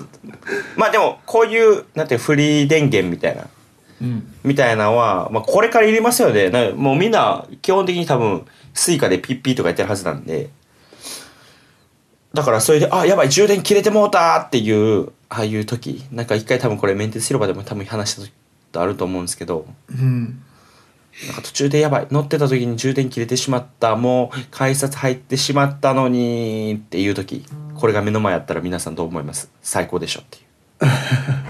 A: まあでもこういうなんていうフリー電源みたいな
B: うん
A: みたいなのは、まあ、これからいりますよねなもうみんな基本的に多分スイカでピッピーとかやってるはずなんでだからそれであやばい充電切れてもうたっていうああいう時なんか一回多分これメンテ広場でも多分話したことあると思うんですけど
B: うん
A: なんか途中でやばい乗ってた時に充電切れてしまったもう改札入ってしまったのにっていう時これが目の前やったら皆さんどう思います最高でしょっていう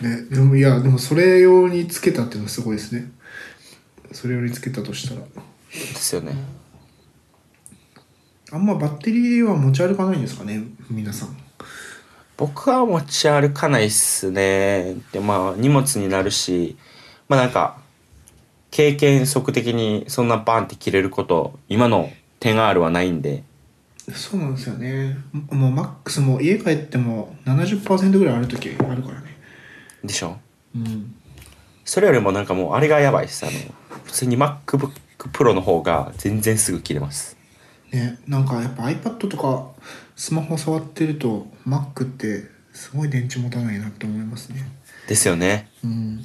B: ね、でもいやでもそれ用につけたっていうのはすごいですねそれ用につけたとしたら
A: ですよね
B: あんまバッテリーは持ち歩かないんですかね皆さん
A: 僕は持ち歩かないっすねでまあ荷物になるしまあなんか経験則的にそんなバンって切れること今の 10R はないんで
B: そうなんですよねももうマックスも家帰っても70%ぐらいある時あるからね
A: でしょ
B: うん
A: それよりもなんかもうあれがやばいっすあの普通に MacBookPro の方が全然すぐ切れます
B: ねなんかやっぱ iPad とかスマホ触ってると Mac ってすごい電池持たないなって思いますね
A: ですよね
B: うん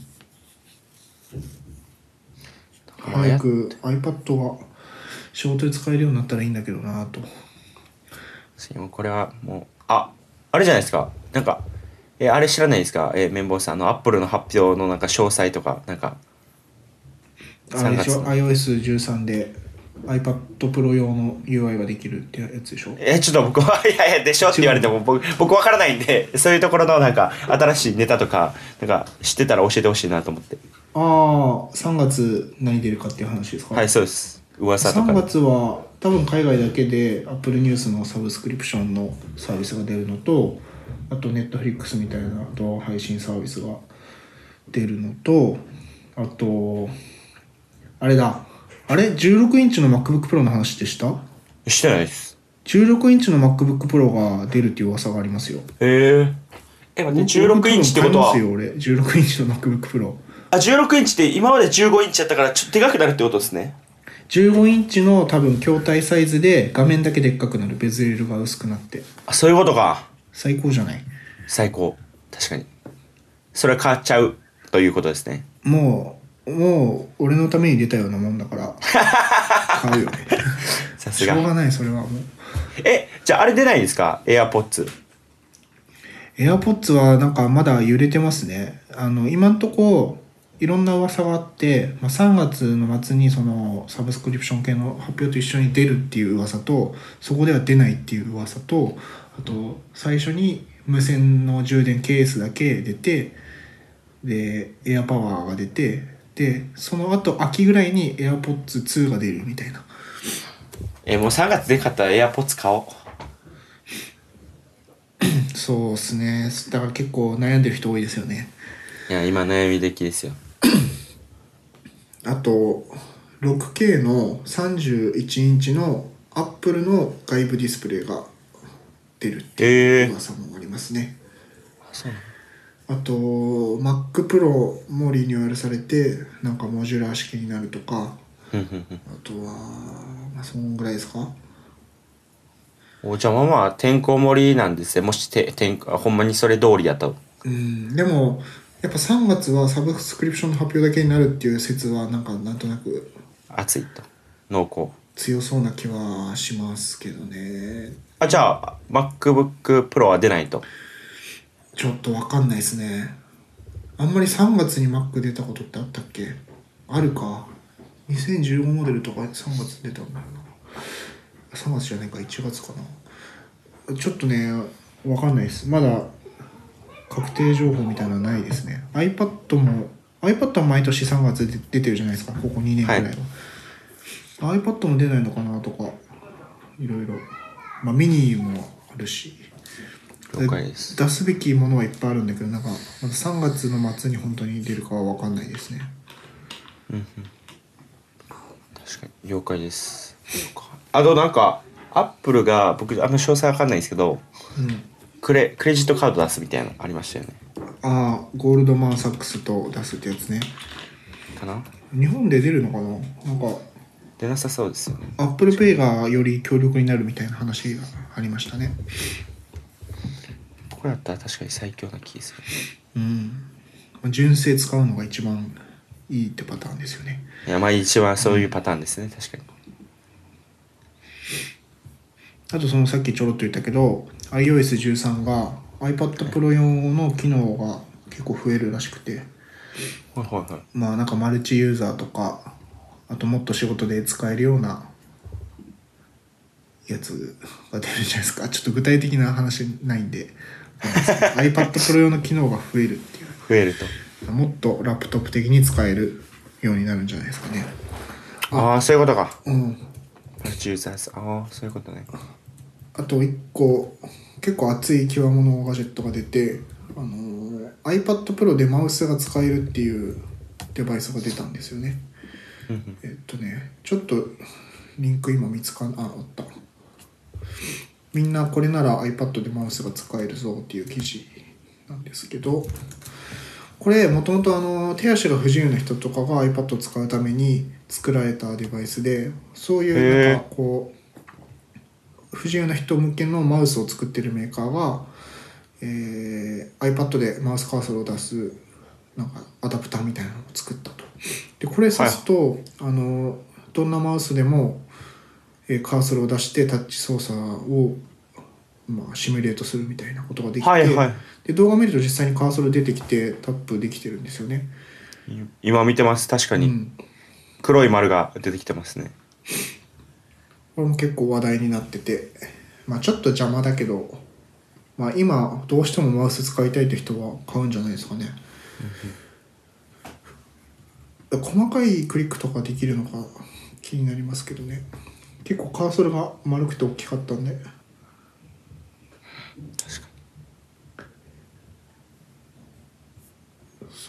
A: まあや
B: 早く iPad が仕事で使えるようになったらいいんだけどなと
A: もうこれはもうああれじゃないですかなんかえあれ知らないですか、え綿棒さんあのアップルの発表のなんか詳細とかなんか
B: あれでしょ
A: 3
B: iOS13 で iPad Pro 用の UI ができるってやつでしょ
A: えちょっと僕 はいやいやでしょって言われても僕僕わからないんでそういうところのなんか新しいネタとかなんか知ってたら教えてほしいなと思って
B: ああ3月何出るかっていう話ですか、
A: はいそうです噂と
B: 3
A: か
B: 月は多分海外だけで Apple News のサブスクリプションのサービスが出るのとあと Netflix みたいな動画配信サービスが出るのとあとあれだあれ16インチの MacBookPro の話でした
A: してないです
B: 16インチの MacBookPro が出るっていう噂がありますよ
A: へええ待って16インチってことは
B: 買いますよ俺16インチの MacBookPro
A: あ16インチって今まで15インチやったからちょっとでかくなるってことですね
B: 15インチの多分筐体サイズで画面だけでっかくなるベズレルが薄くなって
A: あそういうことか
B: 最高じゃない
A: 最高確かにそれは変わっちゃうということですね
B: もうもう俺の ために出たようなもんだから買うよね
A: さす
B: しょう
A: が
B: がないそれはもう
A: えじゃああれ出ないんですか AirPods
B: AirPods はなんかまだ揺れてますね。あの、今んとこ、いろんな噂があって、まあ、3月の末にそのサブスクリプション系の発表と一緒に出るっていう噂と、そこでは出ないっていう噂と、あと、最初に無線の充電ケースだけ出て、で、AirPower が出て、で、その後秋ぐらいに AirPods2 が出るみたいな。
A: えもう3月で買ったら AirPods 買おう
B: そうですね。だから結構悩んでる人多いですよね。
A: いや今悩み時ですよ
B: あと 6K の31インチのアップルの外部ディスプレイが出るって
A: え
B: いう噂もありますね、あと MacPro もリニューアルされてなんかモジュラー式になるとか
A: うんうんうん
B: あとはまあそんぐらいですか
A: おじゃあまあまあてんこ盛りなんですねもしててんこほんまにそれ通りだと
B: うんでもやっぱ3月はサブスクリプションの発表だけになるっていう説はなんかなんとなく
A: 熱いと濃厚
B: 強そうな気はしますけどね
A: あじゃあ MacBookPro は出ないと
B: ちょっとわかんないですね。あんまり3月に Mac 出たことってあったっけあるか。2015モデルとか3月出たんだよな。3月じゃないか、1月かな。ちょっとね、わかんないです。まだ確定情報みたいなのはないですね。iPad も、iPad は毎年3月で出てるじゃないですか、ここ2年くらいは。iPad も出ないのかなとか、いろいろ。まあ、ミニもあるし。
A: 了解です
B: 出すべきものはいっぱいあるんだけどなんかまだ3月の末に本当に出るかは分かんないですね
A: 確かに了解ですあとなんかアップルが僕あんま詳細わかんないんですけど
B: うん
A: クレクレジットカード出すみたいなのありましたよね
B: ああゴールドマン・サックスと出すってやつね
A: かな
B: 日本で出るのかななんか
A: 出なさそうですよね
B: アップルペイがより強力になるみたいな話がありましたね
A: これだったら確かに最強な気がする
B: うんまあ純正使うのが一番いいってパターンですよね
A: いやまあ一番そういうパターンですね、確かに
B: あとそのさっきちょろっと言ったけど iOS13 が iPad Pro 用の機能が結構増えるらしくて
A: はいはいはい
B: まあなんかマルチユーザーとかあともっと仕事で使えるようなやつが出るじゃないですかちょっと具体的な話ないんでわかんないですけど iPad Pro 用の機能が増えるってい
A: 増えると
B: うもっとラップトップ的に使えるようになるんじゃないですかね
A: ああーそういうことか
B: うん
A: ジューザーズああそういうことね
B: あと1個結構熱い極物ガジェットが出て、あのー iPad Pro でマウスが使えるっていうデバイスが出たんですよね
A: うんうん
B: えっとねちょっとリンク今見つかんああったみんなこれなら iPad でマウスが使えるぞっていう記事なんですけどこれもともとあの手足が不自由な人とかが iPad を使うために作られたデバイスでそういうなんかこう不自由な人向けのマウスを作ってるメーカーが、えー iPad でマウスカーソルを出すなんかアダプターみたいなのを作ったと。でこれ刺すと、あのどんなマウスでも、えーカーソルを出してタッチ操作を、まあ、シミュレートするみたいなことができて、
A: はいはい
B: で動画見ると実際にカーソル出てきてタップできてるんですよね。
A: い今見てます確か
B: う
A: に
B: ん、
A: 黒い丸が出てきてますね
B: これも結構話題になってて、まあ、ちょっと邪魔だけど、まあ、今どうしてもマウス使いたいって人は買うんじゃないですかね。細かいクリックとかできるのか気になりますけどね結構カーソルが丸くて大きかったんで
A: 確かに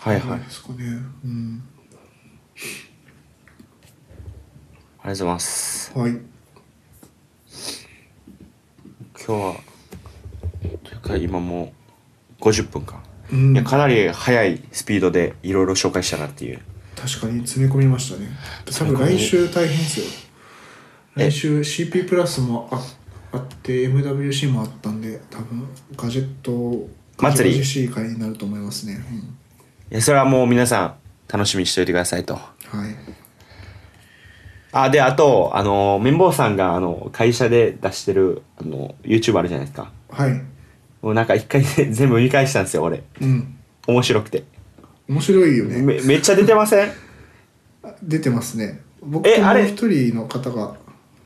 A: はいはいありが
B: ですかねうん
A: とうございます
B: はい
A: 今日はというか今もう50分か、
B: うん
A: いやかなり速いスピードでいろいろ紹介したなっていう
B: 確かに詰め込みましたね多分来週大変ですよ
A: え
B: 来週 CP プラスもああって MWC もあったんで多分ガジェット
A: 祭り
B: WC 会になると思いますね、
A: いやそれはもう皆さん楽しみにしておいてくださいと
B: うん、はい
A: あであとあの綿棒さんがあの会社で出してるあの YouTube あるじゃないですか
B: はい
A: もうなんか一回、ね、全部見返したんですよ俺
B: うん
A: 面白くて
B: 面白いよね
A: めめっちゃ出てません
B: 出てますね僕
A: え
B: とも
A: あ
B: う
A: れ
B: 一人の方が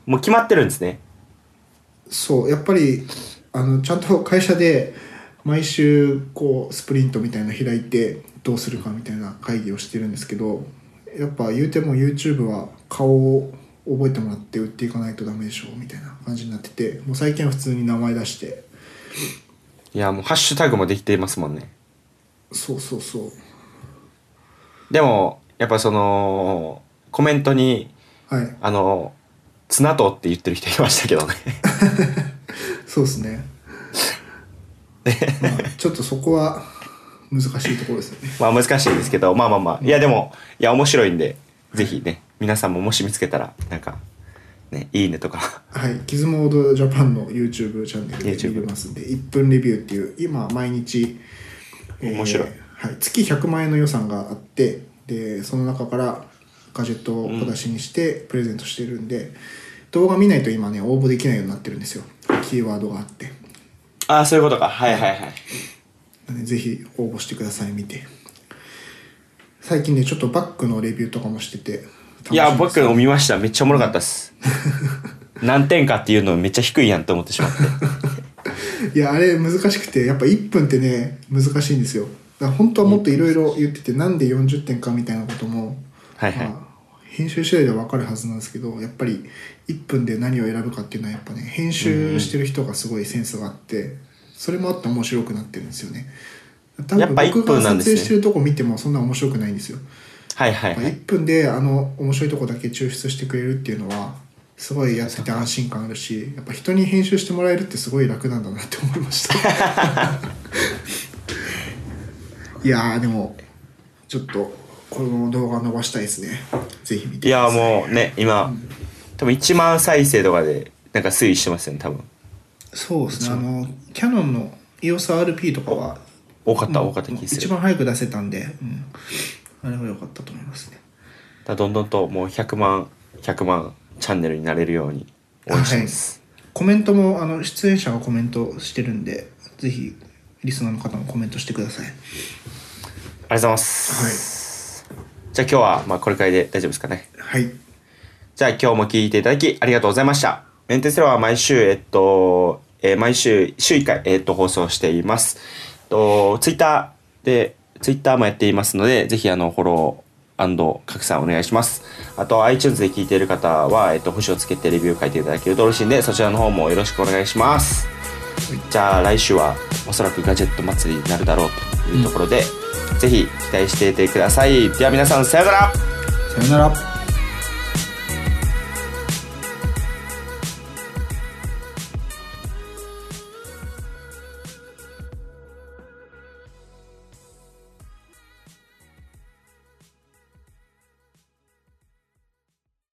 A: もう決まってるんですね
B: そうやっぱりあのちゃんと会社で毎週こうスプリントみたいなの開いてどうするかみたいな会議をしてるんですけどやっぱ言うても YouTube は顔を覚えてもらって売っていかないとダメでしょみたいな感じになっててもう最近は普通に名前出して
A: いやもうハッシュタグもできていますもんね
B: そうそうそう
A: でもやっぱそのコメントに
B: はい
A: あのツナトって言ってる人いましたけどね
B: そうですねまあちょっとそこは難しいところですよね
A: まあ難しいですけどまあまあまあいやでもいや面白いんでぜひね皆さんももし見つけたらなんかねいいねとか
B: はい、キズモードジャパンの YouTube チャンネルで見
A: YouTube
B: れますんで、1分レビューっていう、今、毎日、えー
A: 面白い
B: はい、月100万円の予算があって、で、その中からガジェットを小出しにしてプレゼントしてるんで、動画見ないと今ね、応募できないようになってるんですよ。キーワードがあって。
A: ああそういうことかはいはいはい
B: なんでぜひ応募してください、見て。最近ね、ちょっとバックのレビューとかもしてて、
A: いや
B: 楽し
A: 僕
B: みです
A: も見ましためっちゃおもろかったっ す何点かっていうのめっちゃ低いやんと思ってしま って
B: いやあれ難しくてやっぱ1分ってね難しいんですよだから本当はもっといろいろ言っててなんで40点かみたいなことも、
A: はいはい
B: まあ編集次第では分かるはずなんですけどやっぱり1分で何を選ぶかっていうのはやっぱね編集してる人がすごいセンスがあってそれもあって面白くなってるんですよね多
A: やっ
B: 分
A: ぱ1
B: 僕
A: 分
B: が
A: なん
B: 撮
A: ですね
B: 影してるとこ見てもそんな面白くないんですよ
A: はいはいはい
B: 1分であの面白いとこだけ抽出してくれるっていうのはすごいやってて安心感あるしやっぱ人に編集してもらえるってすごい楽なんだなって思いました いやーでもちょっとこの動画伸ばしたいですねぜひ見
A: い
B: てく
A: や
B: ださい
A: もうね今多分1万再生とかでなんか推移してますよね多分
B: そうですねあのキャノンの EOSRP とかは
A: 多かった多かった気す
B: 一
A: るだか
B: 番早く出せたんで、うん、あれは良かったと思いますね
A: らどんどんともう100万100万チャンネルになれるように応援してます
B: コメントもあの出演者がコメントしてるんでぜひリスナーの方もコメントしてください
A: ありがとうございますじゃあ今日はまあこれくらいで大丈夫ですかね
B: はい
A: じゃあ今日も聞いていただきありがとうございました。メンテスラは毎週、えっと、えー毎週、週1回、えっと、放送しています。えっと、ツイッターで、ツイッターもやっていますので、ぜひ、あの、フォロー拡散お願いします。あと、iTunes で聞いている方は、えっと、星をつけてレビュー書いていただけると嬉しいんで、そちらの方もよろしくお願いします。じゃあ、来週は、おそらくガジェット祭りになるだろうというところで、ぜひ、期待していてください。では、皆さん、さようなら
B: さよなら